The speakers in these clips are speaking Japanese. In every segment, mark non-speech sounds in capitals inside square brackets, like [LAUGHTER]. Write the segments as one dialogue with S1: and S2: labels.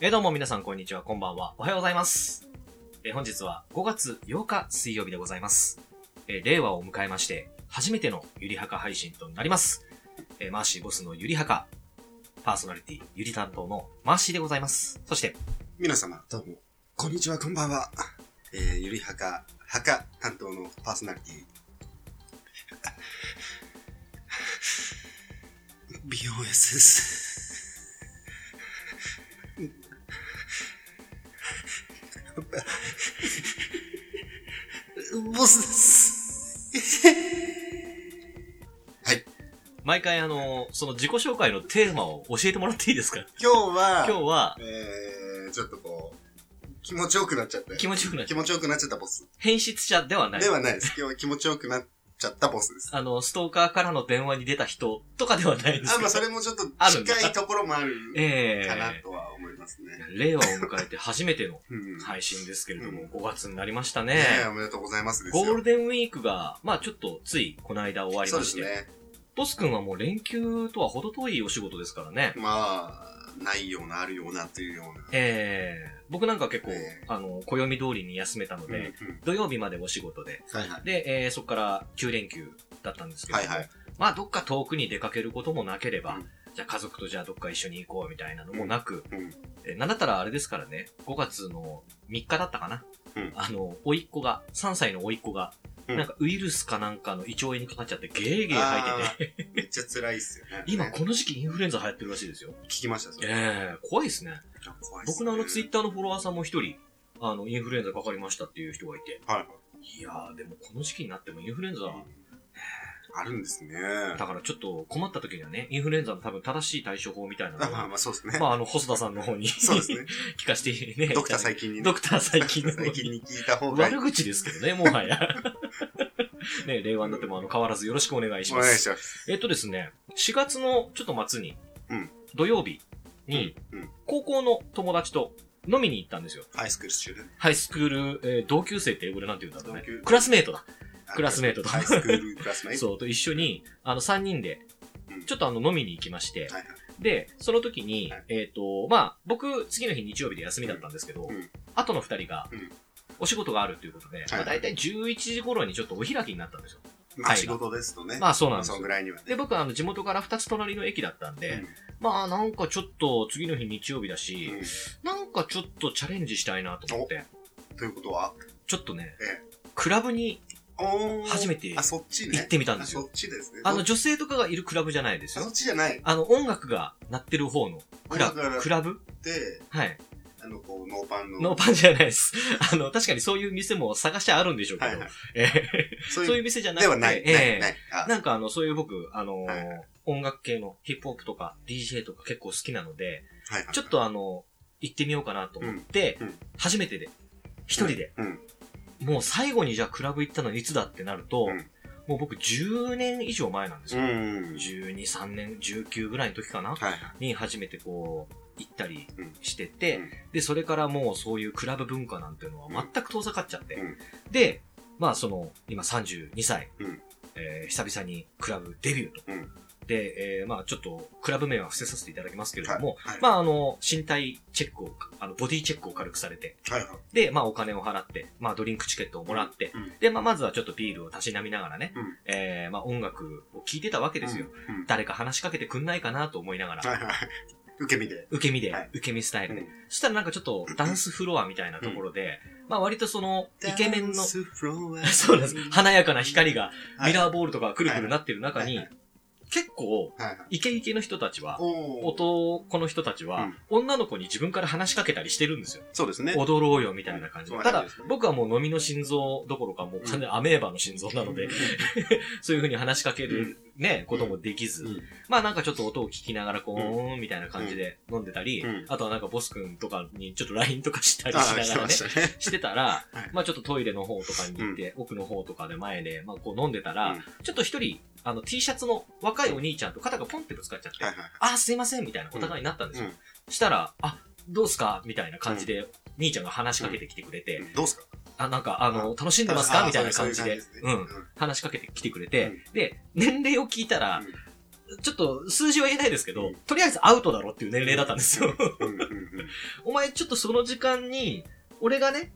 S1: えーどうも皆さんこんにちは、こんばんは。おはようございます。えー本日は5月8日水曜日でございます。えー令和を迎えまして、初めてのゆりはか配信となります。えーマーシーボスのゆりはか、パーソナリティ、ゆり担当のマーシーでございます。そして、
S2: 皆様、どうも、こんにちは、こんばんは。えー、ゆりはか、はか担当のパーソナリティ。 [LAUGHS] 美容 S です。ボスです。
S1: 毎回あのーその自己紹介のテーマを教えてもらっていいですか
S2: 今日は、
S1: 今日は、
S2: えー、ちょっとこう、気持ちよくなっちゃって。
S1: 気持ちよくない
S2: 気。持ちよくなっちゃったボス。
S1: 変質者ではない
S2: で。はないです。今日は気持ちよくなっちゃったボスです。
S1: あの、ストーカーからの電話に出た人とかではないですけど
S2: あ、まあそれもちょっと
S1: あるんだ
S2: 近いところもある
S1: ええ
S2: かなとは思いますね。
S1: 令和を迎えて初めての
S2: うん。
S1: 配信ですけれども、
S2: うん
S1: 5月になりましたね
S2: ね。えおめでとうございますですよ。
S1: ゴールデンウィークが、まあちょっとついこの間終わり
S2: そう
S1: ま
S2: で
S1: し
S2: す
S1: て、
S2: ね。
S1: ボス君はもう連休とは程遠いお仕事ですからね。
S2: まあ、ないような、あるようなというような。
S1: ええ僕なんか結構、
S2: ええ
S1: あの、暦通りに休めたの
S2: うん
S1: で、
S2: うん
S1: 土曜日までお仕事で、
S2: はいはい。
S1: で、えーそこから9連休だったんですけども、
S2: はいはい
S1: まあどっか遠くに出かけることもなければ、
S2: うん
S1: じゃあ家族とじゃあどっか一緒に行こうみたいなのもなく、
S2: うん。
S1: えーなんだったらあれですからね、5月の3日だったかな。
S2: うん
S1: あの、甥っ子が、3歳の甥っ子が、
S2: うん
S1: なんかウイルスかなんかの胃腸炎にかかっちゃってゲーゲー吐いてて、。
S2: めっちゃ辛いっすよね
S1: [LAUGHS] 今
S2: ね
S1: この時期インフルエンザ流行ってるらしいですよ。
S2: 聞きました、それ。
S1: ええ怖いですね。
S2: 怖いっす
S1: 僕
S2: ね
S1: のあのツイッターのフォロワーさんも一人、あの、インフルエンザかかりましたっていう人がいて、
S2: はいはい。
S1: いやー、でもこの時期になってもインフルエンザ、
S2: あるんですね。
S1: だからちょっと困った時にはね、インフルエンザの多分正しい対処法みたいな
S2: あ
S1: の
S2: まあ
S1: を、
S2: まあ、そうですね。
S1: まああの、細田さんの方に
S2: そうです
S1: [LAUGHS]
S2: ね。
S1: 聞かせてね。
S2: ドクター最近にね
S1: ド。クター最近の方に
S2: 最近に聞いた方がいい。
S1: 悪口ですけどね、もはや。ね、令和になってもあの変わらずよろしくお願いし
S2: お
S1: ま
S2: 願い
S1: す。
S2: します。
S1: えっとですね、4月のちょっと末に、
S2: うん
S1: 土曜日に、
S2: うん
S1: 高校の友達と飲みに行ったんですよ。
S2: ハイスクール中でね。
S1: ハイスクール、えー同級生って英語でなんて言うんだろうね
S2: 同級。
S1: クラスメイトだ。クラスメートと
S2: ハイスクールクラスメイト。
S1: そう、と一緒に、あの、3人で
S2: うん、
S1: ちょっとあの、飲みに行きまして、
S2: はいはい。
S1: で、その時に
S2: はい、
S1: えっと、まあ、僕、次の日日曜日で休みだったんですけど
S2: うん、
S1: 後の2人が
S2: うん、
S1: お仕事があるということで、まあ
S2: は
S1: 大
S2: い
S1: 体11時頃にちょっとお開きになったんですよ。
S2: ま
S1: は
S2: あ
S1: い
S2: 仕事ですとね。
S1: まあそうなんです
S2: そ
S1: よ
S2: のぐらいにはね。
S1: で、僕はあの地元から2つ隣の駅だったんで、まあなんかちょっと次の日日曜日だ
S2: うん
S1: し、
S2: うん
S1: なんかちょっとチャレンジしたいなと思って、
S2: ということは、
S1: ちょっとね
S2: え、
S1: クラブに
S2: おー
S1: 初めて
S2: あ、そっちね。
S1: 行ってみたんですよ
S2: あそっちですね。
S1: あの
S2: ど
S1: 女性とかがいるクラブじゃないです
S2: あそ
S1: よ
S2: っ。ちじゃない。
S1: あの音楽が鳴ってる方のクラ
S2: 音楽
S1: ブ。
S2: が鳴っ
S1: クラブ
S2: で、
S1: はい。
S2: あの、こう、ノーパンの。
S1: ノーパンじゃないです。 [LAUGHS] あの、確かにそういう店も探してあるんでしょうけど、
S2: はいはい。
S1: え
S2: そ
S1: ー
S2: う
S1: そう
S2: い、
S1: いうう店じゃなくて、
S2: ではない。
S1: え
S2: な
S1: ー
S2: い。ない。あ
S1: なんかあの、そういう僕、あのー
S2: はいは
S1: 音楽系のヒップホップとか DJ とか結構好きなので、
S2: はいはい
S1: ちょっ、とあの、行ってみようかなと思って、
S2: うんうん
S1: 初めてで、一人で、
S2: うん。
S1: もう最後にじゃあクラブ行ったのいつだってなると、
S2: うん
S1: もう僕10年以上前なんです
S2: う
S1: よ。
S2: ん。
S1: 12、3年、19ぐらいの時かな
S2: はいはい。
S1: に初めてこう、行ったり
S2: うん
S1: してて、
S2: うん
S1: で、それからもうそういうクラブ文化なんていうのは全く遠ざかっちゃって、
S2: うん
S1: で、まあその、今32歳、
S2: うん
S1: えー久々にクラブデビューと。
S2: うん
S1: で、えーまあちょっと、クラブ名は伏せさせていただきますけれども、
S2: はい
S1: まあ、あの、身体チェックを、あの、ボディチェックを軽くされて、
S2: はいはい。
S1: で、まあ、お金を払って、まあ、ドリンクチケットをもらって、
S2: うん
S1: で、まあ、まずはちょっとビールをたしなみながらね、
S2: うん
S1: えー、まあ、音楽を聴いてたわけですよ。
S2: うん。うん
S1: 誰か話しかけてくんないかなと思いながら、
S2: はいはい。受け身で。
S1: 受け身で、
S2: はい
S1: 受け身スタイルで。
S2: うん
S1: そしたらなんかちょっと、ダンスフロアみたいなところで、まあ、割とその、イケメンの [LAUGHS]
S2: ダン、スフロア
S1: そうなんです。華やかな光が、ミ
S2: は
S1: ラーボールとかくるくるなってる中に
S2: はいは、
S1: 結構、
S2: いはいはい。
S1: イケイケの人たちは、
S2: おー
S1: 男の人たちは、女の子に自分から話しかけたりしてるんですよ。
S2: そうですね。
S1: 踊ろうよみたいな感じで
S2: うん
S1: ただ
S2: そうなんです、ね
S1: 僕はもう飲みの心臓どころか、もう完全にアメーバの心臓なので、そういう風に話しかけるね、こともでき
S2: うん。う
S1: ず、
S2: ん
S1: まあなんか [LAUGHS] ちょっと音を聞きながら、こう、ーんみたいな感じで飲んでたり
S2: うん、
S1: あとはなんかボス君とかにちょっと LINE とかしたり
S2: あ
S1: し
S2: ー、
S1: な
S2: 来
S1: が
S2: て
S1: ら
S2: ま
S1: ね
S2: し、たね。
S1: してたら
S2: はい、
S1: まあちょっとトイレの方とかに行って、奥の方とかで前で、まあこう飲んでたら
S2: うん、
S1: ちょっと一人、あの T シャツの若いお兄ちゃんと肩がポンってぶつかっちゃって
S2: は、いはい
S1: あー、すいません、みたいな、お互いになったんですよ。したら、あ、どうすかみたいな感じで、兄ちゃんが話しかけてきてくれて、
S2: はい。どうすか
S1: あ、なんか、あの、楽しんでます
S2: あ
S1: か
S2: ー
S1: みたいな
S2: そう
S1: 感
S2: う
S1: じで、
S2: そういう
S1: うん
S2: 感じですね
S1: 話しかけてきてくれて、で、年齢を聞いたら、ちょっと数字は言えないですけど、
S2: うん
S1: とりあえずアウトだろっていう年齢だったんですよ。
S2: うんうんうん。
S1: [LAUGHS] お前ちょっとその時間に、俺がね、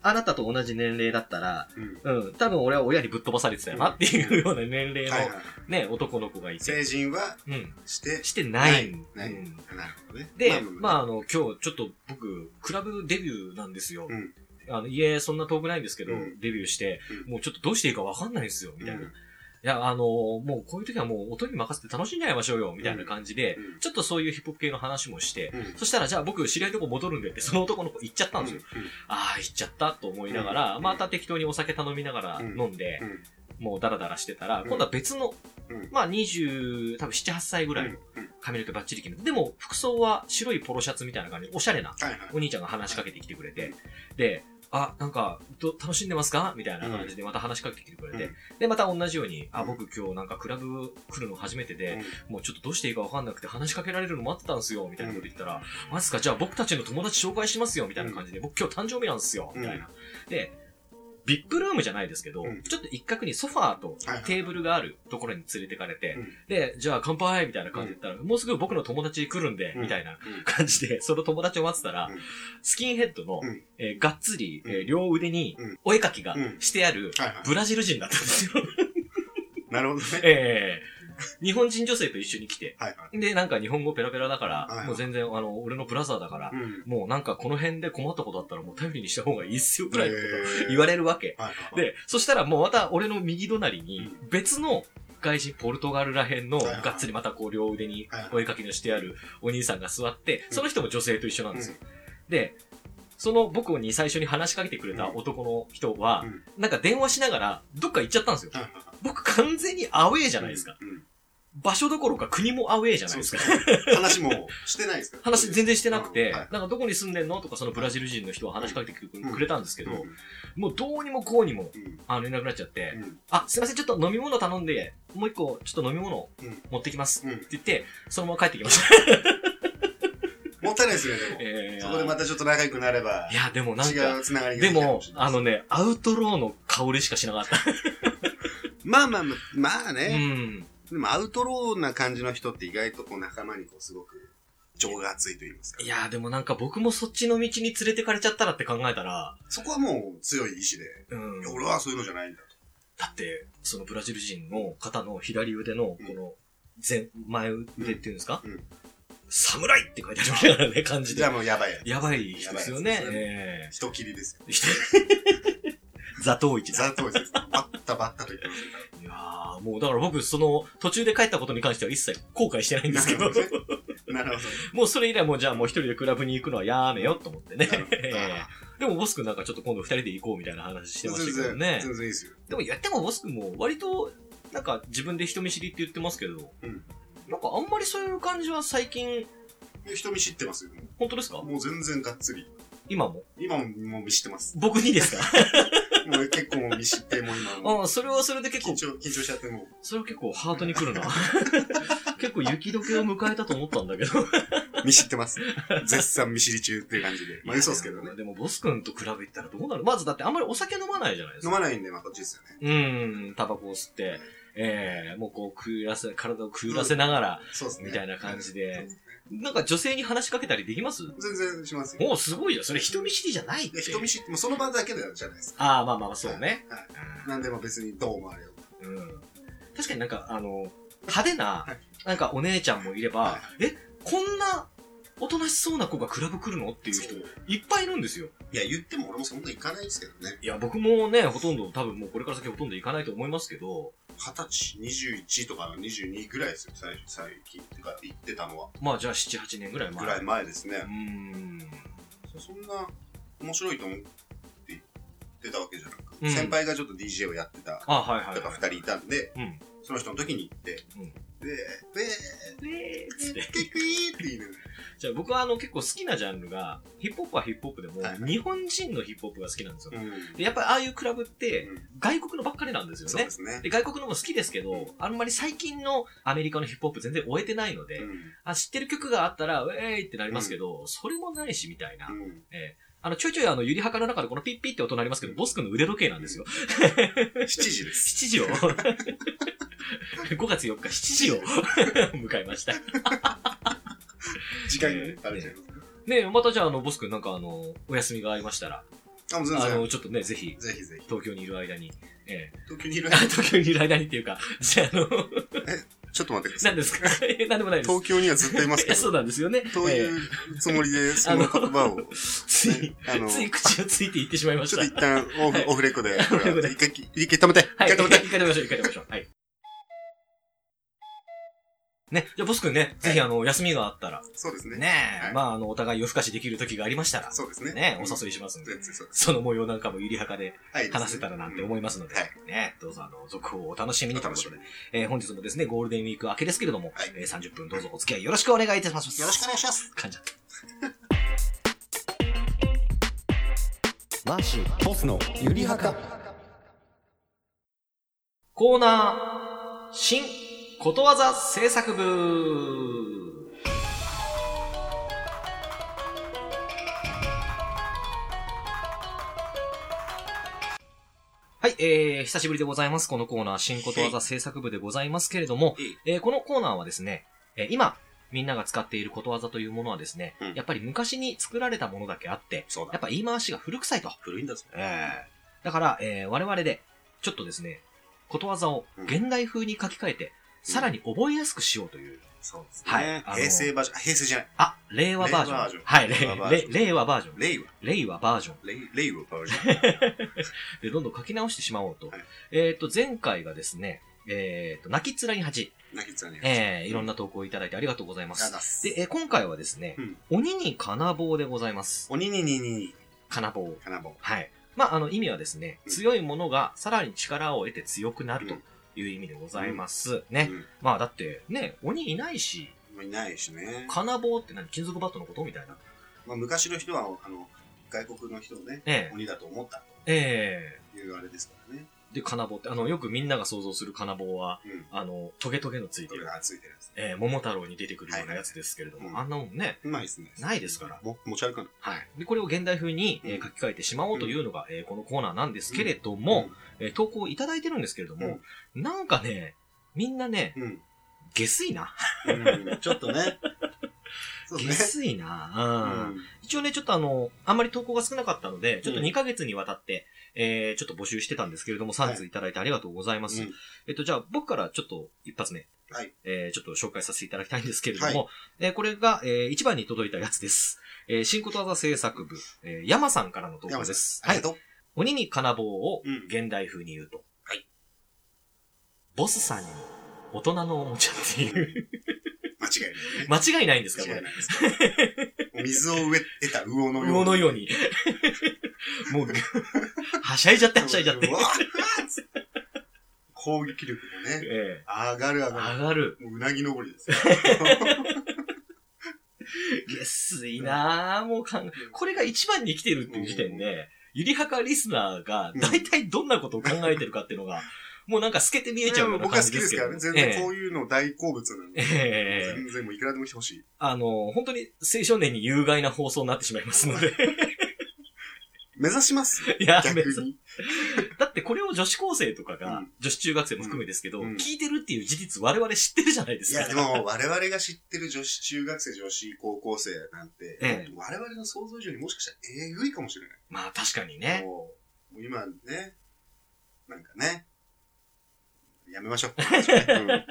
S1: あなたと同じ年齢だったら、
S2: うん。
S1: うん、多分俺は親にぶっ飛ばされてたよなっていうような年齢
S2: はい
S1: の
S2: はい。
S1: ね、男の子がいて、
S2: 成人は
S1: うん、
S2: して、
S1: してない。
S2: ない
S1: うん
S2: なるほどね。
S1: で、ま
S2: あ、
S1: あ、あの、今日、ちょっと僕、クラブデビューなんですよ。
S2: うん
S1: あの、家、そんな遠くないんですけど、
S2: うん
S1: デビューして、
S2: うん
S1: もうちょっとどうしていいかわかんないですよ、みたいな。
S2: うん
S1: いや、あの、もうこういう時はもう音に任せて楽しんじゃいましょうよ、みたいな感じで、
S2: うん
S1: ちょっとそういうヒップホップ系の話もして、
S2: うん。
S1: そしたら、じゃあ僕、知り合いのとこ戻るんでって、その男の子行っちゃったんですよ。ああ、行っちゃったと思いながら、
S2: うん
S1: また適当にお酒頼みながら
S2: うん
S1: 飲んで、
S2: うん。
S1: もうダラダラしてたら、
S2: うん
S1: 今度は別の、
S2: うん
S1: まあ20、多分7、8歳ぐ
S2: ぐ
S1: らいの髪の毛バッチリ決めて、でも服装は白いポロシャツみたいな感じで、おしゃれな
S2: はいはい。
S1: お兄ちゃんが話しかけてきてくれて、で、あ、なんか、ど楽しんでますかみたいな感じでまた話しかけてきてくれて、
S2: うん
S1: で、また同じように、あ、
S2: うん
S1: 僕今日なんかクラブ来るの初めてで、
S2: う
S1: もうちょっとどうしていいかわかんなくて話しかけられるの待ってたんですよ、みたいなこと言ったら、まさかじゃあ僕たちの友達紹介しますよ、みたいな感じで、僕今日誕生日なんですよ、みたいな。で、ビップルームじゃないですけど、
S2: うん
S1: ちょっと一角にソファーと
S2: はいはい
S1: テーブルがあるところに連れてかれて、
S2: うん
S1: で、じゃあ乾杯みたいな感じで言ったら、もうすぐ僕の友達来るんで、
S2: うん
S1: みたいなん感じで、 [LAUGHS] その友達を待ってたら、
S2: うん
S1: スキンヘッドの、
S2: うん
S1: えーがっつり、えー
S2: うん
S1: 両腕に
S2: うん
S1: お絵かきが
S2: うん
S1: してある、
S2: はいは
S1: ブラジル人だったんですよ。 [LAUGHS]
S2: い。なるほどね。
S1: えー日本人女性と一緒に来て、
S2: はいは
S1: で、なんか日本語ペラペラだから、
S2: はいはい
S1: もう全然、あの、俺のブラザーだから、
S2: い。うん。
S1: もうなんかこの辺で困ったことあったらもう頼りにした方がいいっすよ、ぐらいのこと
S2: へー
S1: 言われるわけ。
S2: はいはい。、
S1: で、そしたらもうまた俺の右隣
S2: う
S1: に、別の外人ポルトガルらへんの、
S2: はいはい
S1: がっつりまたこう両腕に
S2: はいはい
S1: お絵かきのしてあるお兄さんが座って、
S2: うん
S1: その人も女性と一緒なんですよ。で、その僕に最初に話しかけてくれた男の人は
S2: うん、
S1: なんか電話しながらどっか行っちゃったんですよ。
S2: はいはい。
S1: 僕完全にアウェーじゃないですか。。
S2: うん。
S1: 場所どころか国もアウェーじゃない
S2: そ
S1: で
S2: うですす
S1: か
S2: か。。話もしてないですか
S1: 話全然してなくて、
S2: うん
S1: なん
S2: はい
S1: かどこに住んでんのとかそのブラジル人の人は話しかけて
S2: うん
S1: くれたんですけ
S2: け
S1: ど、
S2: うん。
S1: もうどうにもこうにも、
S2: うん
S1: あの、いなくなっちゃって、
S2: うん
S1: あ、すいません、ちょっと飲み物頼んで、もう一個、ちょっと飲み物
S2: うん
S1: 持ってきます。
S2: うん
S1: って言って、そのまま帰ってきました。
S2: もったいないですね、で
S1: えー
S2: も。そこでまたちょっと仲良くなれば
S1: い、や、でもなん
S2: 違
S1: か、
S2: うつながりが
S1: で
S2: きたか
S1: も
S2: しれ、ない
S1: あのね、アウトローの香りしかしなかった。
S2: まあまあまあ、まあ
S1: う
S2: ね。
S1: ん。
S2: でもアウトローな感じの人って意外とこう仲間にこうすごく情が熱いと言いますか。
S1: いや、でもなんか僕もそっちの道に連れてかれちゃったらって考えたら、
S2: そこはもう強い意志で、
S1: うん
S2: いや。俺はそういうのじゃないんだと。
S1: だって、そのブラジル人の方の左腕の、この、前、前腕っていうんですか、
S2: うんうん
S1: 侍って書いてありましたからね、感じ
S2: じ
S1: で
S2: ゃあ。もうやばいや
S1: やばい人ですよね
S2: や。ばい
S1: え
S2: 人切りですよ。
S1: え [LAUGHS] ザトウイチだ。
S2: ザトウイです。バッタバッタと言ってますか
S1: いやー、もうだから僕、その、途中で帰ったことに関しては一切後悔してないんですけど [LAUGHS]
S2: な、るほら。なるほ
S1: もうそれ以来もうじゃあもう一人でクラブに行くのはやめようと思ってね
S2: [LAUGHS] なるほ。ど
S1: ええでもボス君なんかちょっと今度二人で行こうみたいな話して
S2: ど。
S1: まし
S2: 全
S1: たけど
S2: 然、
S1: ね。
S2: 全然いいですよ。
S1: でもやってもボス君も割と、なんか自分で人見知りって言ってますけど、
S2: うん
S1: なんかあんまりそういう感じは最近、
S2: 人見知ってますよ。も
S1: 本当ですか
S2: うもう全然がっつり。
S1: 今も。
S2: 今ももう見知ってます。
S1: 僕にです
S2: [LAUGHS]
S1: か
S2: もう結構もう見知って、もう今もう。
S1: [LAUGHS] うん、それはそれで結構
S2: 緊張、緊張しちゃっても
S1: それは結構ハートに来るな。 [LAUGHS] 結構雪解けを迎えたと思ったんだけど。
S2: う、見知ってます。絶賛見知り中っていう感じで。まあ嘘ですけどね。
S1: でも、ボス君と比べたらどうなるまずだってあんまりお酒飲まないじゃないです
S2: 飲
S1: か。
S2: まないんで、まあこっちですよね。
S1: うん、タバコを吸って、ええもうこう、食らせ、体を食らせながら、
S2: そうですね。
S1: みたいな感じ
S2: そう
S1: で
S2: で、すね。
S1: なんか女性に話しかけたりできます
S2: 全然しますよ。
S1: もうすごいじゃん。それ人見知りじゃないっ
S2: で
S1: て。
S2: 人見知って、もうその場だけじゃないですか。
S1: ああ、まあまあまあ、そうね。
S2: はいなんでも別にどう思われようか。
S1: うん。確かになんか、あの、派手な
S2: はい、
S1: なんかお姉ちゃんもいれば、
S2: は
S1: え、こんな、おとなしそうな子がクラブ来るのっていう人
S2: そう
S1: いっぱいいるんですよ。
S2: いや、言っても俺もそんな行かないですけどね。
S1: いや、僕もね、ほとんど、多分もうこれから先ほとんど行かないと思いますけど、
S2: 二十歳、21とか22ぐらいですよ、最初、最近。ってか、行ってたのは。
S1: まあじゃあ7、8年ぐらい前。
S2: ぐらい前ですね
S1: うー。ん。
S2: そそんな、面白いと思って行ってたわけじゃなく、
S1: うん
S2: 先輩がちょっと DJ をやってた、
S1: あ、はいはい、
S2: とか
S1: は
S2: 二人いたんで、
S1: い。うん。
S2: その人の時に行って、
S1: うん
S2: で、で、
S1: えー、つって。
S2: ピクイーって言いながら
S1: じゃあ僕はあの結構好きなジャンルが、ヒップホップはヒップホップでも、
S2: はいはい
S1: 日本人のヒップホップが好きなんですよ。
S2: うん
S1: でやっぱりああいうクラブって、
S2: うん
S1: 外国のばっかりなんですよ
S2: そう
S1: ね
S2: で。すね。
S1: で外国のも好きですけど、あんまり最近のアメリカのヒップホップ全然終えてないので、
S2: うん
S1: あ知ってる曲があったら、ウェーイってなりますけど、それもないしみたいな。
S2: うん
S1: えーあの、ちょいちょいあの、ゆりはかの中でこのピッピって音鳴りますけど、ボス君の腕時計なんですよ。
S2: 7時です。
S1: 7時を。 5月4日7時を
S2: [LAUGHS]
S1: 迎えました。
S2: 時間がね、バレちゃいますね。
S1: ねえまたじゃあ、あの、ボス君なんかあの、お休みがありましたら、
S2: あ、もう全
S1: あ
S2: 然。
S1: の、ちょっとね、ぜひ、
S2: ぜひぜひ。
S1: 東京にいる間に、ええ、
S2: 東京にいる
S1: あ東京にいる間 [LAUGHS] にっていうか、じゃあ、あの、 [LAUGHS]
S2: ちょっと待ってください。
S1: 何ですか [LAUGHS] え何でもないです。
S2: [LAUGHS] 東京にはずっといます
S1: い
S2: け
S1: や
S2: ど
S1: そ、うなんですよね。
S2: そう
S1: ええ
S2: いうつもりで、その言葉を、ね
S1: つい、
S2: あの、
S1: つい
S2: ち
S1: 口をついて言ってしまいまし
S2: ょ
S1: た
S2: っと。一旦オフ
S1: はい
S2: オフレコで、
S1: オフレコで
S2: 一回き、一回止めて、一
S1: はい、
S2: 回止めて。
S1: 一回止めましょう、一回止めましょう。はい。ね、じゃあ、ボス君ね、ぜひ、あの、休みがあったら、
S2: そうですね。
S1: ねえ、
S2: はい
S1: まあ、あの、お互い夜更かしできる時がありましたら、
S2: そうですね。
S1: ねえ、お
S2: い。
S1: 誘いしますんで、
S2: 全然そうです。
S1: その模様なんかもゆりはかで
S2: はい。
S1: 話せたらなって思
S2: い
S1: いますので、
S2: はい
S1: ねえ、どうぞ、あの、続報をお楽しみに
S2: ま
S1: とい
S2: す。
S1: うこと
S2: 楽しみ
S1: で、
S2: に。
S1: えー本日もですね、ゴールデンウィーク明けですけれども、
S2: はい
S1: えー30分どうぞお付き合いよろしくお願いいたします。
S2: よろしくお願いします。
S1: 噛んじゃった。
S3: マーシーボスのゆりはか
S1: コーナー、新ことわざ制作部はい、えー、久しぶりでございます。このコーナー、新ことわざ制作部でございますけれども、えーこのコーナーはですね、えー今、みんなが使っていることわざというものはですね、
S2: うん
S1: やっぱり昔に作られたものだけあって、
S2: そう
S1: やっ
S2: だ。
S1: ぱ言い回しが古臭いと。
S2: 古いんだぞ。
S1: ええだから、えー我々で、ちょっとですね、ことわざを現代風に書き換えて、
S2: うん
S1: さらに覚えやすくしようという、
S2: そうです
S1: はい
S2: ね。
S1: あの
S2: 平成バージョン、あ平成じゃない。
S1: あ、令和バージ
S2: 令和バー
S1: ョ
S2: ジョ
S1: ン。
S2: ン
S1: はい、
S2: 令和バー
S1: 令
S2: ジョン
S1: 令令和バージョン。
S2: 令和。
S1: 令和バージョン。
S2: 令令和バージョン。
S1: で、どんどん書き直してしまおうと。
S2: はい
S1: えっと、前回がですね、えっと、泣きっ面に恥。
S2: 泣きつらに。
S1: えーいろんな投稿いただいてありがとうございま
S2: や
S1: す。
S2: だっす
S1: で、えー今回はですね、
S2: うん
S1: 鬼に金棒でございます。
S2: 鬼にににに、
S1: 金棒。
S2: 金棒。
S1: はい。まあ、あの、意味はですね、
S2: うん
S1: 強いものがさらに力を得て強くなると
S2: うん
S1: いう意味でございます。ね。
S2: うん
S1: まあ、だって、ね、鬼いないし、
S2: もういないしね。
S1: 金棒って何金属バットのことみたいな。
S2: まあ、昔の人は、あの、外国の人をね、
S1: ええ
S2: 鬼だと思った
S1: え
S2: というあれですからね。
S1: えで、金棒って、あの、よくみんなが想像する金棒は、
S2: うん。
S1: あの、トゲトゲのついて
S2: これ
S1: る、
S2: がついてるやつ。
S1: ええ桃太郎に出てくるようなやつですけれども、
S2: はいはい
S1: あんなもんね、
S2: うまいですね。
S1: ないですから。
S2: も持ち歩かない。
S1: はい。で、これを現代風に、えー
S2: うん
S1: 書き換えてしまおうというのが、えーこのコーナーなんですけれども、えー投稿いただいてるんですけれども、なんかね、みんなね、
S2: うん、うん。
S1: 下水な。
S2: うん。ちょっ
S1: [LAUGHS]
S2: とね。そう
S1: 下
S2: ですね。
S1: 水
S2: う
S1: な、うん
S2: ん。
S1: 一応ね、ちょっとあの、あんまり投稿が少なかったので、ちょっと
S2: うん
S1: 2ヶ月にわたって、えー、ちょっと募集してたんですけれども、3通いただいてありがとうございます。
S2: うん
S1: えっと、じゃあ僕からちょっと一発目。
S2: はい
S1: えー、ちょっと紹介させていただきたいんですけれども、
S2: は
S1: えー、これが、えー、1番に届いたやつです。えー、新ことわざ制作部、えー、山さんからの投稿
S2: 山
S1: で
S2: ですす。。
S1: は
S2: あ
S1: い
S2: りが。とう。
S1: 鬼に金棒を
S2: うん
S1: 現代風に言うと。
S2: はい。
S1: ボスさんに大人のおもちゃっていう。 [LAUGHS]
S2: 間違いないね。
S1: 間違いないんですかこ
S2: 間違
S1: れ
S2: い。ないです。お水を植え得た魚のように。
S1: 魚のよう
S2: [LAUGHS]
S1: に。もう、はしゃいじゃってはしゃいじゃって
S2: う。わ [LAUGHS] 攻撃力がね、
S1: ええ
S2: 上がる上が
S1: 上がる。
S2: る。もううなぎ登りですよ。
S1: [LAUGHS] いや、すいなぁ、もうかん、これが一番に来てるっていう時点で、ゆりはかリスナーが大体どんなことを考えてるかっていうのが、もうなんか透けて見えちゃうような
S2: でも僕は
S1: 感
S2: 好
S1: じ
S2: きで
S1: です
S2: す
S1: け
S2: か
S1: ど
S2: らね。全然こ
S1: う
S2: ういうの大好物なんで。
S1: ええ
S2: 全然もういくらでも来てほしい。
S1: あの、本当に青少年に有害な放送になってしまいますので。
S2: [LAUGHS] 目指します
S1: いや、
S2: 逆
S1: 別に
S2: に。
S1: だってこれを女子高生とかが、
S2: うん
S1: 女子中学生も含めですけど、
S2: うん
S1: 聞いてるっていう事実我々知ってるじゃないで
S2: い
S1: すか。
S2: や、でも我々が知ってる女子中学生、女子高校生なんて、
S1: ええ
S2: 我々の想像以上にもしかしたらえぐいかもしれない。
S1: まあ確かにね。
S2: もうもう今ね、なんかね、やめまし
S1: [LAUGHS]
S2: ょう。うん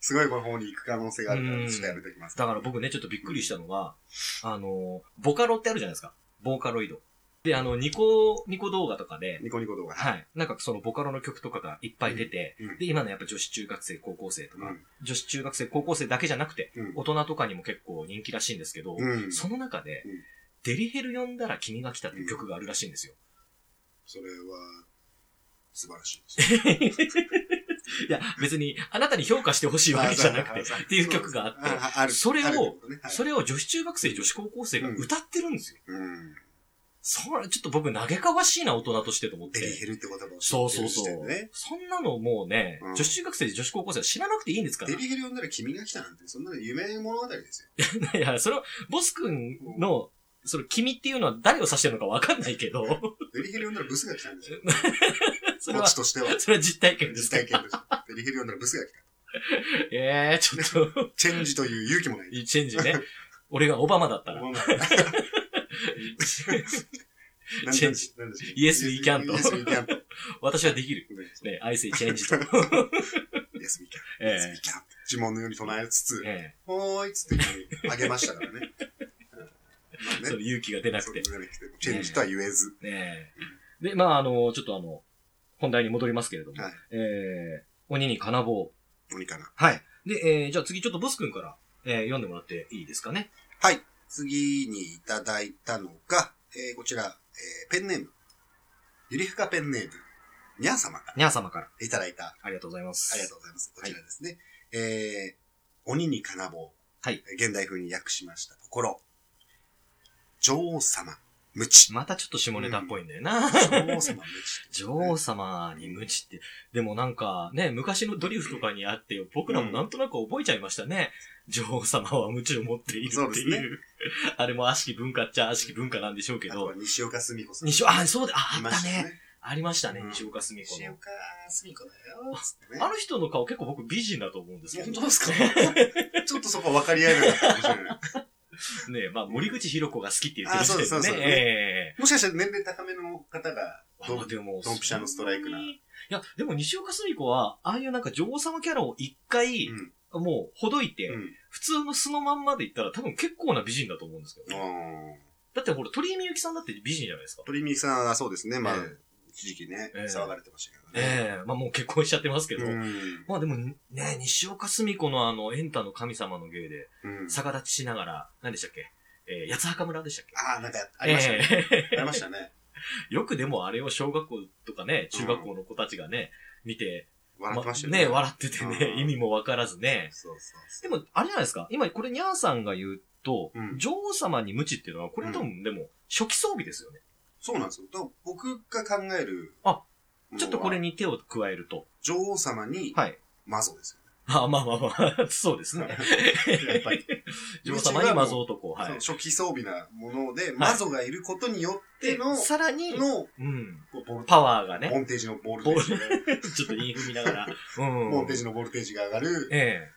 S2: すごいこの方に行く可能性があるか
S1: うん
S2: ら、ちょっとやめておきます。
S1: だから僕ね、ちょっとびっくりしたのが、あの、ボカロってあるじゃないですか。ボーカロイド。で、あの、ニコ、ニコ動画とかで、
S2: ニコニコ動画。
S1: はい。なんかそのボカロの曲とかがいっぱい出て、
S2: うんうん
S1: で、今のやっぱ女子中学生、高校生とか、
S2: うん
S1: 女子中学生、高校生だけじゃなくて、
S2: うん
S1: 大人とかにも結構人気らしいんですけど、
S2: うん。
S1: その中で、
S2: うん
S1: デリヘル呼んだら君が来たっていう曲があるらしいんですよ。
S2: それは、素晴らしいです。
S1: [LAUGHS] いや、別に、あなたに評価してほしいわけじゃなくて、
S2: あ
S1: っていう曲があって
S2: あある
S1: それを
S2: あるってことねはい
S1: それを女子中学生、女子高校生が歌ってるんですよ。
S2: うん
S1: それ、ちょっと僕、嘆かわしいな、大人としてと思っ
S2: デリ
S1: て。
S2: ヘルって言葉を知ってる
S1: そうそうそ
S2: 時点
S1: う。
S2: でね
S1: そんなのもうね、
S2: うん
S1: 女子中学生、女子高校生は知らなくていいんですから
S2: デ。リヘル呼んだら君が来たなんて、そんなの夢物語ですよ。
S1: いや、それを、ボス君の、その、君っていうのは誰を指してるのかわかんないけ
S2: [LAUGHS]
S1: ど、
S2: デリヘル呼んだらブスが来たんですよ。
S1: そ
S2: こ
S1: れ
S2: っ
S1: は
S2: ち、として
S1: [LAUGHS]
S2: は。
S1: それは実体験です
S2: 実
S1: か
S2: 体験として。デリヘル読んだらブスが来た。
S1: ええちょっと、
S2: チェンジという勇気もない。
S1: いいチェンジ
S2: [LAUGHS]
S1: ね。俺がオバマだったら。
S2: 思わ [LAUGHS] なかった
S1: チェンジ。
S2: なんだっけ
S1: Yes, we can と
S2: Yes, we can と。
S1: 私はできる。
S2: ね
S1: ね、愛せチェンジと。 [LAUGHS]
S2: Yes, we can.
S1: え
S2: Yes, we can. 呪文のように唱えつつ、
S1: ええ
S2: ほーいっつってあげまし
S1: [LAUGHS]
S2: たからね。うん
S1: え
S2: まあ
S1: そ
S2: ね
S1: の勇気が出なくて。
S2: そう出なくてチェンジとは言えず。
S1: ねえ。で、まあ、あの、ちょっとあの、本題に戻りますけれども、
S2: はい
S1: ええ鬼に金棒。
S2: 鬼かな。
S1: はい。で、えーじゃあ次ちょっとボス君から、えー読んでもらっていいですかね。
S2: はい。次にいただいたのが、えーこちら、えーペンネーム。ゆりふかペンネーム。にゃー様から
S1: にゃー様から。
S2: いただいた。
S1: ありがとうございます。
S2: ありがとうございます。こちらですね。えー鬼に金棒。
S1: はい。
S2: 現代風に訳しましたところ、女王様、
S1: [LAUGHS]
S2: 無知。
S1: またちょっと下ネタっぽいんだよな。
S2: 女王様、無知。
S1: 女王様に無知って、でもなんかね、昔のドリフとかにあって、僕らもなんとなく覚えちゃいましたね。女王様は無知を持っている
S2: そう
S1: っ
S2: で
S1: て
S2: す
S1: い
S2: ね
S1: う。 [LAUGHS] あれも悪しき文化っちゃ悪しき文化なんでしょうけ
S2: あと
S1: ど
S2: は。西岡澄子さん。
S1: 西岡、あ、そうだ、あ
S2: い
S1: あ
S2: ま
S1: った
S2: した
S1: ね。
S2: ね。
S1: ありましたね、
S2: うん
S1: 西岡澄子
S2: 西
S1: の。
S2: 岡澄子だよ。つってね
S1: あの人の顔結構僕美人だと思うんですけど。
S2: 本当です [LAUGHS] かちょっとそこは分かり合えるなかったかもしれない。
S1: ねまあ森口博子が好きって言ってる時点
S2: あそう
S1: で
S2: そう
S1: ね
S2: そう。
S1: ええ
S2: もしかしたら年齢高めの方が、ど
S1: まあ
S2: う
S1: でも
S2: ドンピシャのストライクない
S1: や、でも西岡澄子は、ああいうなんか女王様キャラを一回、
S2: うん
S1: もうほどいて、
S2: うん。
S1: 普通の素のまんまで言ったら多分結構な美人だと思うんですけど、ね
S2: あ
S1: だってほら、鳥居みゆきさんだって美人じゃないですか
S2: ー。鳥海さんはそうですね、まあ
S1: え、
S2: 一時期ね、
S1: ええ
S2: 騒がれてましたけどね。
S1: ええまあもう結婚しちゃってますけど。
S2: うん
S1: まあでも、ね、西岡澄子のあの、エンタの神様の芸で、
S2: うん
S1: 逆立ちしながら、何でしたっけえー、八つ墓村でしたっけ
S2: ああ、なんかありましたね。
S1: ええ
S2: ありましたね。
S1: よくでもあれを小学校とかね、中学校の子たちがね、見て、
S2: 笑ってましたよ
S1: ね。ね、笑ってて
S2: う
S1: ね、
S2: ん
S1: 意味もわからずね。
S2: そうそうそ
S1: で
S2: う。
S1: も、あれじゃないですか。今、これ、にゃーさんが言うと、
S2: うん
S1: 女王様に無知っていうのは、これ多分、でも、初期装備ですよね。
S2: そうなんですよ。だから僕が考える。
S1: あ、ちょっとこれ
S2: に。
S1: に手を加えると。
S2: 女王様に、
S1: はい。
S2: 魔像です
S1: あ、まあまあまあ、 [LAUGHS] そうですね。
S2: よね。やっぱり。
S1: [LAUGHS] 女王様に魔像男。は
S2: そう
S1: い。
S2: 初期装備なもので、魔像がいることによっての、
S1: さらに、
S2: の、
S1: うん、
S2: こうボル
S1: パワーがね、
S2: ボンテージのボルテージが、
S1: ちょっとインフ見なが
S2: [LAUGHS]
S1: ら、うん。
S2: ボンテージのボルテージが上がる
S1: ええ。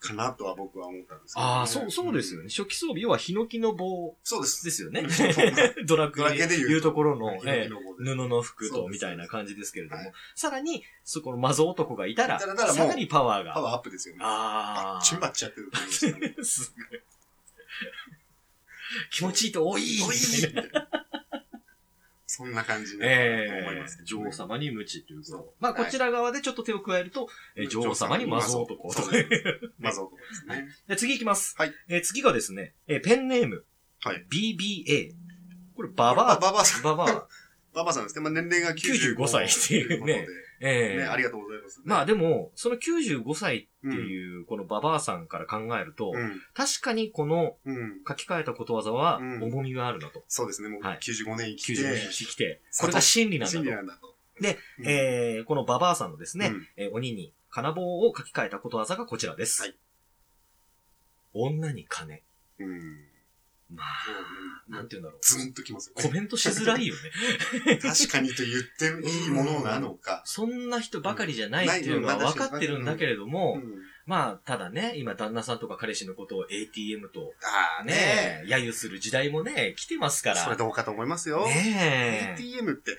S2: かなとは僕は思ったんですけどね、
S1: ああ、そう、そうですよ
S2: ん
S1: ね。初期装備、要は、ヒノキの棒 [LAUGHS]
S2: そうです。
S1: ですよね
S2: うん。
S1: [LAUGHS] ドラク
S2: ドラ
S1: エ
S2: ケ
S1: で
S2: で言うと
S1: 言うところの、
S2: ヒ
S1: え
S2: ノキの
S1: え
S2: 棒で
S1: 布の服
S2: そう
S1: と、
S2: です
S1: みたいな感じですけれど
S2: は
S1: も
S2: い、
S1: さらに、そこの魔像男がいたら、
S2: いたらだからもう
S1: さらにパワーが。
S2: パワーアップですよね。
S1: あ
S2: バ
S1: あ。
S2: ッチンバッチやってると思いますけど
S1: すごい。 [LAUGHS] 気持ちいいと多い
S2: おいーみたいなそんな感じね。
S1: え
S2: 思い
S1: え
S2: ますけど
S1: 女
S2: ね
S1: 王様に無知というか
S2: そう。
S1: まあ、
S2: はい
S1: こちら側でちょっと手を加えると、えー女王様に魔像男と [LAUGHS]
S2: そう。です魔像男ですね。
S1: で次行きます。
S2: はい
S1: えー次がですね、えーペンネーム。
S2: はい。
S1: BBA。これ、バ
S2: バ
S1: バ
S2: ババさん
S1: ア。。ババ [LAUGHS] ア。
S2: ババさんですね。まあ、年齢が
S1: 95歳っていう [LAUGHS] ね
S2: とこ
S1: え
S2: とで
S1: え
S2: ね、ありがとうございますね。
S1: まあでも、その95歳って
S2: うん
S1: いう、このババアさんから考えると、
S2: うん。
S1: 確かにこの
S2: うん。
S1: 書き換えたことわざは
S2: うん
S1: 重みがあるなと。
S2: そうですね。もう
S1: はい
S2: 95年生きて、
S1: 95年生きて、
S2: そ
S1: こ
S2: う
S1: れが真理なんだ
S2: 真
S1: と
S2: 理。なんだと。
S1: で
S2: うん、
S1: えーこのババアさんのですね、
S2: うん
S1: えー鬼に金棒を書き換えたことわざがこちらです。
S2: はい
S1: 女に金。
S2: うん。
S1: ま
S2: そう
S1: あ、
S2: ね
S1: [LAUGHS] なんて言うんだろう。
S2: ズンときますよね
S1: コ。メントしづらいよ
S2: [LAUGHS]
S1: ね。
S2: 確かにと言っていいものなのか。
S1: そんな人ばかりじゃないっていうのは
S2: うんない
S1: 分かってるんだけれども、
S2: うん
S1: まあ、ただね、今旦那さんとか彼氏のことを ATM と
S2: ああね
S1: ね、揶揄する時代もね、来てますか
S2: それ
S1: ら。
S2: どうかと思いますよ。
S1: ねえ。
S2: ATM って、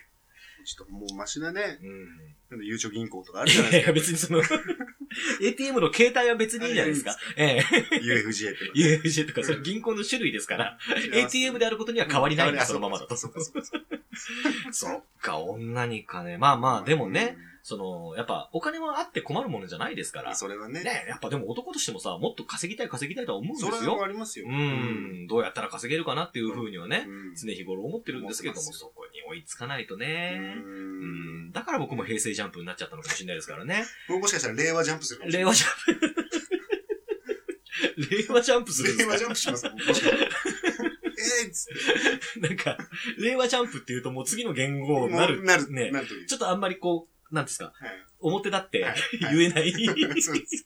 S2: ちょっともうマシなね、
S1: うん
S2: なんかゆうちょ銀行とかある
S1: い
S2: じゃないで
S1: [LAUGHS] や、別にその、ATM の携帯は別にいいじゃないですか。ええ。
S2: すか。UFJ ってのはね。
S1: UFJ とか、それ銀行の種類ですから、ATM であることには変わりないんだ、
S2: あ
S1: そのままだと。
S2: そ
S1: そう
S2: かそうかそうか。
S1: っか、女に金。まあまあ、でもね、その、やっぱ、お金はあって困るものじゃないですか
S2: うん。
S1: ら。
S2: それはね。
S1: ね、やっぱでも男としてもさ、もっと稼ぎたい稼ぎたいとは思うんで
S2: それ
S1: すよ。
S2: はありますよ。
S1: う。ん、どうやったら稼げるかなっていうふうにはね、
S2: うん
S1: 常日頃思ってるんですけども、
S2: 思ってます
S1: そこに追いつかないと
S2: う。
S1: ね。うんん、だから僕も平成ジャンプになっちゃったのかもしれないですから
S2: [LAUGHS]
S1: ね。
S2: 僕もしかしたら令和ジャンプするかもしれ
S1: 令
S2: な
S1: 和
S2: い。
S1: ジャン [LAUGHS] プ。令和ジャンプするんで
S2: [LAUGHS] 令
S1: すか
S2: 和ジャンプしますよ、もしか
S1: [LAUGHS]
S2: したら。えーっつって。
S1: なんか、令和ジャンプっていうともう次の言語にな
S2: [LAUGHS] も
S1: る。
S2: うなる、
S1: ね
S2: なるという。
S1: ちょっとあんまりこう、なんですか、
S2: はい
S1: 表だって
S2: はいは
S1: [LAUGHS]
S2: い [LAUGHS]
S1: 言えない
S2: そうです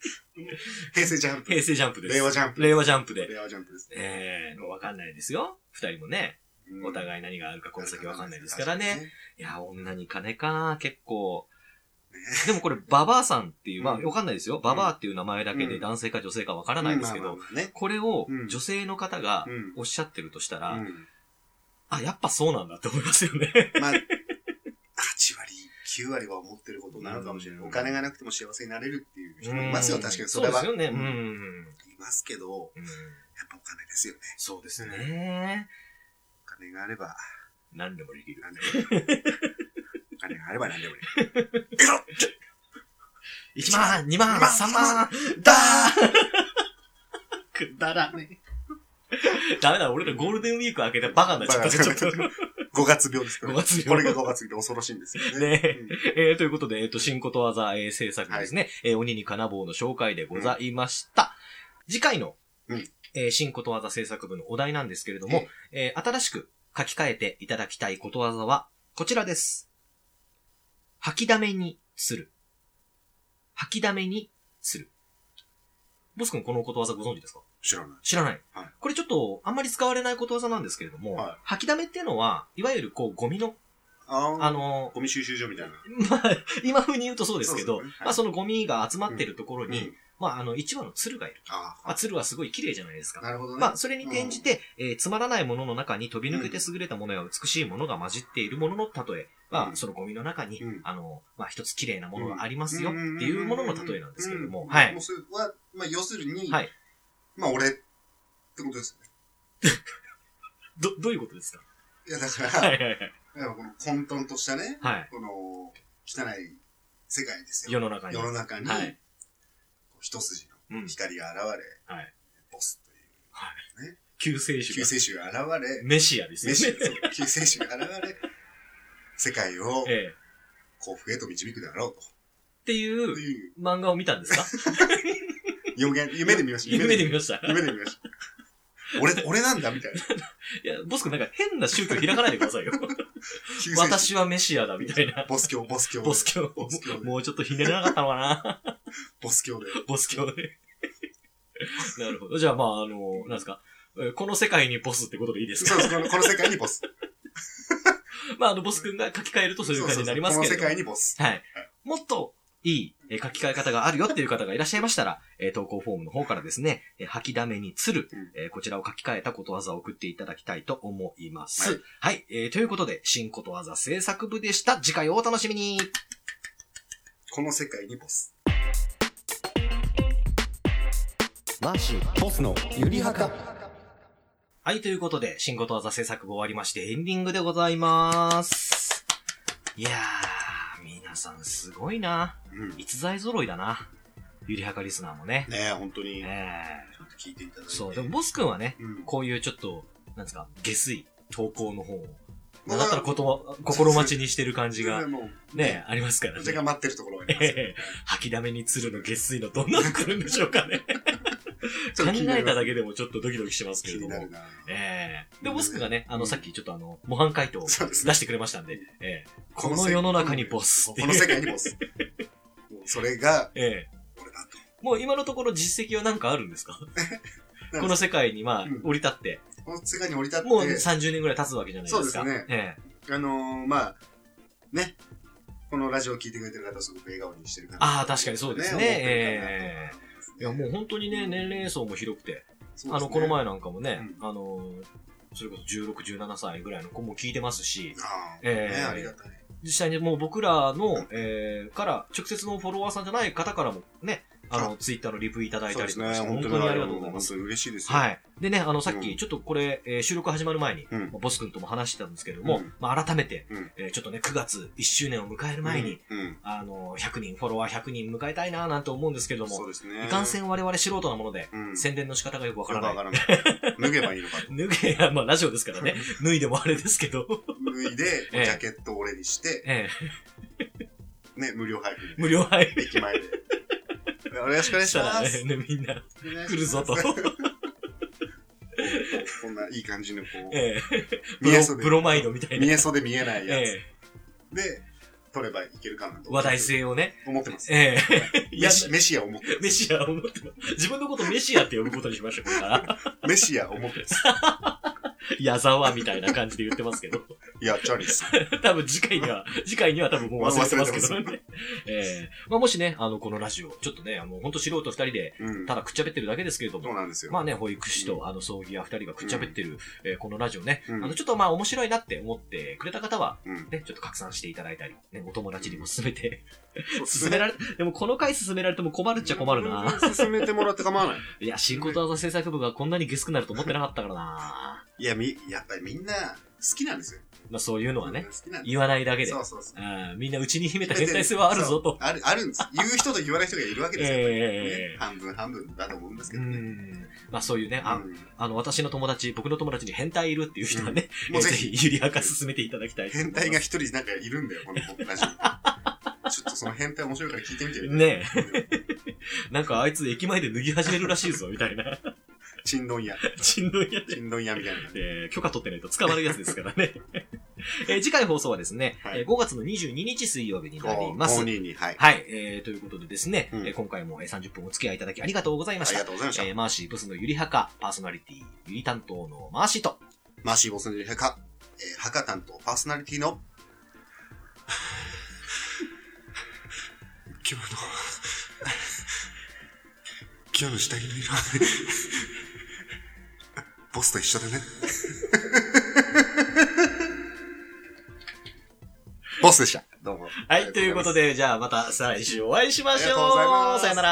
S2: 平成ジャンプ。
S1: 平成ジャンプです。
S2: 令和ジャンプ。
S1: 令和ジャンプで。
S2: 令和ジャンプです。
S1: ええわかんないですよ。二人もね、お
S2: い、
S1: 互い何があるかこの先わかんないですからね。いや、女に金か、結構、でもこれ、ババアさんっていう、まあ、
S2: うん
S1: わかんないですよ。ババアっていう名前だけ
S2: う
S1: で
S2: ん
S1: 男性か女性かわからないですけ
S2: う
S1: ど
S2: ん、まあまあまあね。
S1: これを
S2: うん
S1: 女性の方が
S2: うん
S1: おっしゃってるとしたら、
S2: う
S1: あ、やっぱそうなんだって思いますよね。
S2: ん。まあ、8割、9割は思ってることになるかもしれない。
S1: うん
S2: お金がなくても幸せになれるっていう人もいますよ、
S1: うん
S2: 確かに。それは。
S1: うですよね。う
S2: うん
S1: ん。
S2: いますけど、やっ
S1: うん
S2: ぱお金ですよね。
S1: そうですね。
S2: お金があ
S1: [LAUGHS]
S2: れば、
S1: 何でもできる。
S2: 何でもいい。お金があれば何でもいい。いくぞ
S1: 1万、2万、
S2: 2万
S1: 3万、
S2: だーくだらね
S1: ダメだ、俺らゴールデンウィーク明けてバカになっちゃったね、ちょっと。 [LAUGHS]
S2: 5月病ですから。
S1: 五月病
S2: これが5月病で恐ろしいんですよね。
S1: ねえ
S2: うん
S1: えーということで、えっ、と、新ことわざ、えー制作ですね、えー鬼に金棒の紹介でございました。次回の、
S2: うん
S1: えー新ことわざ制作部のお題なんですけれども、えー新しく書き換えていただきたいことわざは、こちらです。吐きだめにする。吐きだめにする。ボス君、このことわざご存知ですか
S2: 知らない。
S1: 知らない。
S2: はい
S1: これちょっと、あんまり使われないことわざなんですけれども、
S2: はい
S1: 吐きだめっていうのは、いわゆるこう、ゴミの、
S2: あ
S1: あの、
S2: ゴミ収集所みたいな。
S1: まあ、今風に言うとそうですけど、
S2: そうですねはい
S1: まあそのゴミが集まってるところ
S2: う
S1: に、
S2: ん
S1: まああの一羽の鶴がいる。
S2: あ
S1: まあ、鶴はすごい綺麗じゃないですか。
S2: あ、なるほどね。
S1: まあそれに転じて、えーつまらないものの中に飛び抜けて
S2: う
S1: 優れたものや美しいものが混じっているものの例え。ま
S2: う
S1: あ
S2: ん
S1: そのゴミの中に、
S2: うん
S1: あの、まあ一つ綺麗なものがありま
S2: ます
S1: よっていうものの例えなんですけれども、は
S2: は
S1: い
S2: い。もう。それは、まあ、要するに、
S1: はい
S2: まあ、俺ってことですよね。
S1: ど、どういうことですか
S2: いや、だから、
S1: はいはいはい。
S2: だからこの混沌としたね、
S1: はい。
S2: この、汚い世界です
S1: 世
S2: よ。
S1: の中に。
S2: 世の中に、
S1: はい
S2: こう一筋
S1: うん
S2: の。光が現れ、
S1: はい
S2: ボスという
S1: 救世主
S2: 救
S1: が。
S2: 世主が現れ、
S1: メシアですよ
S2: メシ
S1: ね。
S2: そう救世主が現れ、世界を
S1: ええ。
S2: 幸福へと導くであろう
S1: ってい
S2: と。と
S1: う
S2: いう
S1: 漫画を見たんですか
S2: [LAUGHS] 予言、夢で見ました。
S1: 夢で
S2: 見
S1: 見ました。
S2: 夢で見ました。俺、俺なんだみたいな。
S1: いや、ボス君なんか変な宗教開かないでくださいよ。
S2: [LAUGHS] 救世主
S1: 私はメシアだみたいな。
S2: ボス教、ボス教。
S1: ボス教
S2: ボス教。で
S1: もうちょっとひねれなかったのかな
S2: ボス教で。
S1: ボス教で。なるほど。じゃあまあ、あの、なんですか。えーこの世界にボスってことでいいです
S2: そ
S1: か
S2: うです、このこの世界にボス。
S1: まあ、あの、ボス君が書き換えるとそういう感じになりますけ
S2: そうそうそうこの
S1: れ
S2: 世界
S1: ど
S2: にボス。
S1: も。はい。もっといいえー書き換え方があるよっていう方がいらっしゃいましたら、えー投稿フォームの方からですね、えー吐きだめに釣る
S2: うん、
S1: えーこちらを書き換えたことわざを送っていただきたいと思います。は、
S2: はい
S1: えーということで、新ことわざ制作部でした。次回をお楽しみに
S2: この世界にボス。
S3: マーシーボスのゆりはか
S1: はい、ということで、新ことわざ制作部終わりまして、エンディングでございます。いやー、皆さんすごいな。
S2: うん。ね
S1: 逸材揃いだな。ゆりはかリスナーもね。
S2: え、本当に。ち
S1: え
S2: ょっと聞いていただい
S1: ー、
S2: て。
S1: そう、でもボス君はね、
S2: うん。
S1: こういうちょっと、なんですか、下水、投稿の方を、
S2: ま
S1: なんだ
S2: あ
S1: ったらことわ、心待ちにしてる感じが、
S2: もう、
S1: ね、ありますから
S2: 私が
S1: ね。
S2: 待ってるところがありますよね。
S1: 吐きだめに鶴の下水のどんなの来るんでしょうかね。[LAUGHS]
S2: ち
S1: 考
S2: ょっと気にな
S1: え
S2: りま
S1: た
S2: す
S1: だけでもちょっとドキドキしますけ
S2: 気
S1: れど
S2: にな
S1: も
S2: る。な。
S1: ええで、ボス君がね、あ
S2: う
S1: の、
S2: ん
S1: さっきちょっとあの、模範解答を
S2: そうですね
S1: 出してくれましたんで、ええこの世の中にボスってい
S2: こ
S1: う
S2: の世界にボス。もうそれが、
S1: [LAUGHS] ええ
S2: 俺だと。
S1: もう今のところ実績は何かあるんです
S2: [LAUGHS]
S1: か
S2: なん
S1: この世界にまあ
S2: うん、
S1: 降り立って、
S2: この世界に降り立って、
S1: もう30年ぐらい経つわけじゃないですか。
S2: そうですね
S1: ええ
S2: あのー、まあ、ね、このラジオを聞いてくれてる方、すごく笑顔にしてる方、
S1: ああ確かにそうですね
S2: 思ってるかなと思いますね
S1: いや、もう本当にね、年齢層も広くて、
S2: そうですね
S1: あの、この、前なんかもね、
S2: う
S1: あのー、それこそ16、17歳ぐらいの子も聞いてますし、
S2: あー
S1: ええ
S2: ね、ありがたい。
S1: 実際にもう僕らの、えー、から、直接のフォロワーさんじゃない方からもね、あの、ツイッターのリプいただいたりとかして、本当にありがとうございます。
S2: 本当に嬉しいですよ。
S1: はい。でね、あの、さっ
S2: う
S1: き、
S2: ん
S1: ちょっとこれ、えー収録始まる前に、
S2: うん
S1: まあボス君とも話してたんですけれども、
S2: うん
S1: まあ、改めて、
S2: うん
S1: えーちょっとね、9月1周年を迎える前に、
S2: うん、うん
S1: あの、100人、フォロワー100人迎えたいな、なんて思うんですけれど
S2: そう
S1: も、
S2: ですね。
S1: いかんせん我々素人なもので、
S2: うん、
S1: 宣伝の仕方がよくわ
S2: わ
S1: か
S2: から
S1: な
S2: らないい。。脱げばいいのかと。
S1: 脱げ、まあ、ラジオですからね、脱いでもあれですけど、
S2: [LAUGHS] 脱いで、
S1: [LAUGHS]
S2: ジ
S1: ええ
S2: ャケットを俺にして、
S1: ええ
S2: ね、無料配
S1: [LAUGHS]
S2: 布。
S1: 無料配布
S2: 駅前で。よろしくお願い
S1: し
S2: した
S1: ら
S2: ま
S1: ね
S2: す。、
S1: [LAUGHS] ねみんな、
S2: お願いします
S1: 来るぞと。
S2: こんないい感じの、こう、
S1: ええ
S2: 見えそう
S1: プロ
S2: で
S1: プロマイドみたいな。
S2: 見えそうで見えないや
S1: え
S2: つで、取ればいけるかな
S1: え
S2: と。
S1: 話題。性をね、
S2: 思ってます。
S1: ええ
S2: メシメシア思って
S1: メシアを思ってます自分のことメシアって呼ぶことにしましたこれから。
S2: メシア思ってます。
S1: 矢沢みたいな感じで言ってますけど。
S2: いや、チャーリーさん。
S1: 多分次回には、次回には多分もう忘れてますけどね。えーまあ、もしね、あの、このラジオ、ちょっとね、あの、本当素人二人で、
S2: うん。
S1: ただくっちゃべってるだけですけれど
S2: そ
S1: も
S2: う、なんですよ。
S1: まあね、保育士と、あの、葬儀屋二人がくっちゃべってる、えーこのラジオね、
S2: うん
S1: あの、ちょっとまあ面白いなって思ってくれた方は、
S2: うん。
S1: ね、ちょっと拡散していただいたり、ね、お友達にも勧めて、
S2: 進
S1: 勧められ、でもこの回勧められても困るっちゃ困るな。。
S2: 進めてもらって構わない。
S1: いや、新ことわざ制作部がこんなにゲスくなると思ってなかったからな。
S2: いや、み、やっぱりみんな好きなんですよ。
S1: まあそういうのはね、
S2: 好きなんです
S1: 言わないだけで
S2: そ、うそうそう。
S1: うんみんなうちに秘めた変態性はあるぞと。
S2: ある、あるんです。言う人と言わない人がいるわけですよ。ね
S1: え
S2: 半分半分だと思うんです
S1: え
S2: け
S1: う
S2: どね。
S1: ん。まあそういうね、あ
S2: うん
S1: あの、私の友達、僕の友達に変態いるっていう人はね、
S2: もう
S1: ぜ
S2: ぜ
S1: ひ
S2: ひ、、
S1: ゆりはか進めていただきたいと思い
S2: 変
S1: ます。
S2: 態が一人なんかいるんだよ、このラジオ。ちょっとその変態面白いから聞いてみてよ。
S1: ね [LAUGHS]
S2: え。
S1: なんかあいつ駅前で脱ぎ始めるらしいぞ、みたいな。 [LAUGHS]
S2: チンドン屋。
S1: しんどいやつ
S2: チンドン屋みたいな。
S1: えー許可取ってないと捕まるやつですからね。えー次回放送はですね、
S2: はい
S1: えー5月の22日水曜日になります。
S2: 5人に、はい。
S1: はい、えーということでですね、
S2: うん
S1: えー今回もえー30分お付き合いいただきありがとうございま
S2: あ
S1: し
S2: り
S1: た。
S2: がとうございました。
S1: えーマーシーブスのゆりはか、パーソナリティ、ゆり担当のマーシーと、
S2: マーシーボスのリハカ、えー、ハカ担当パーソナリティの、今日の、今日の下着の色、ボスと一
S1: [LAUGHS]
S2: 緒だね。ボスでした。どうも。
S1: はい、ということ
S2: で。
S1: で、じゃあまた再来週お会いしましょう。
S2: ありがとうございます
S1: さよな
S2: さよな
S1: ら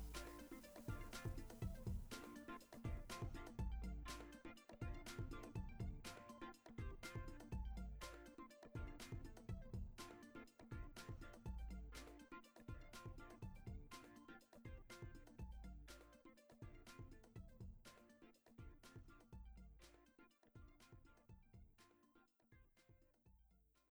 S2: ら。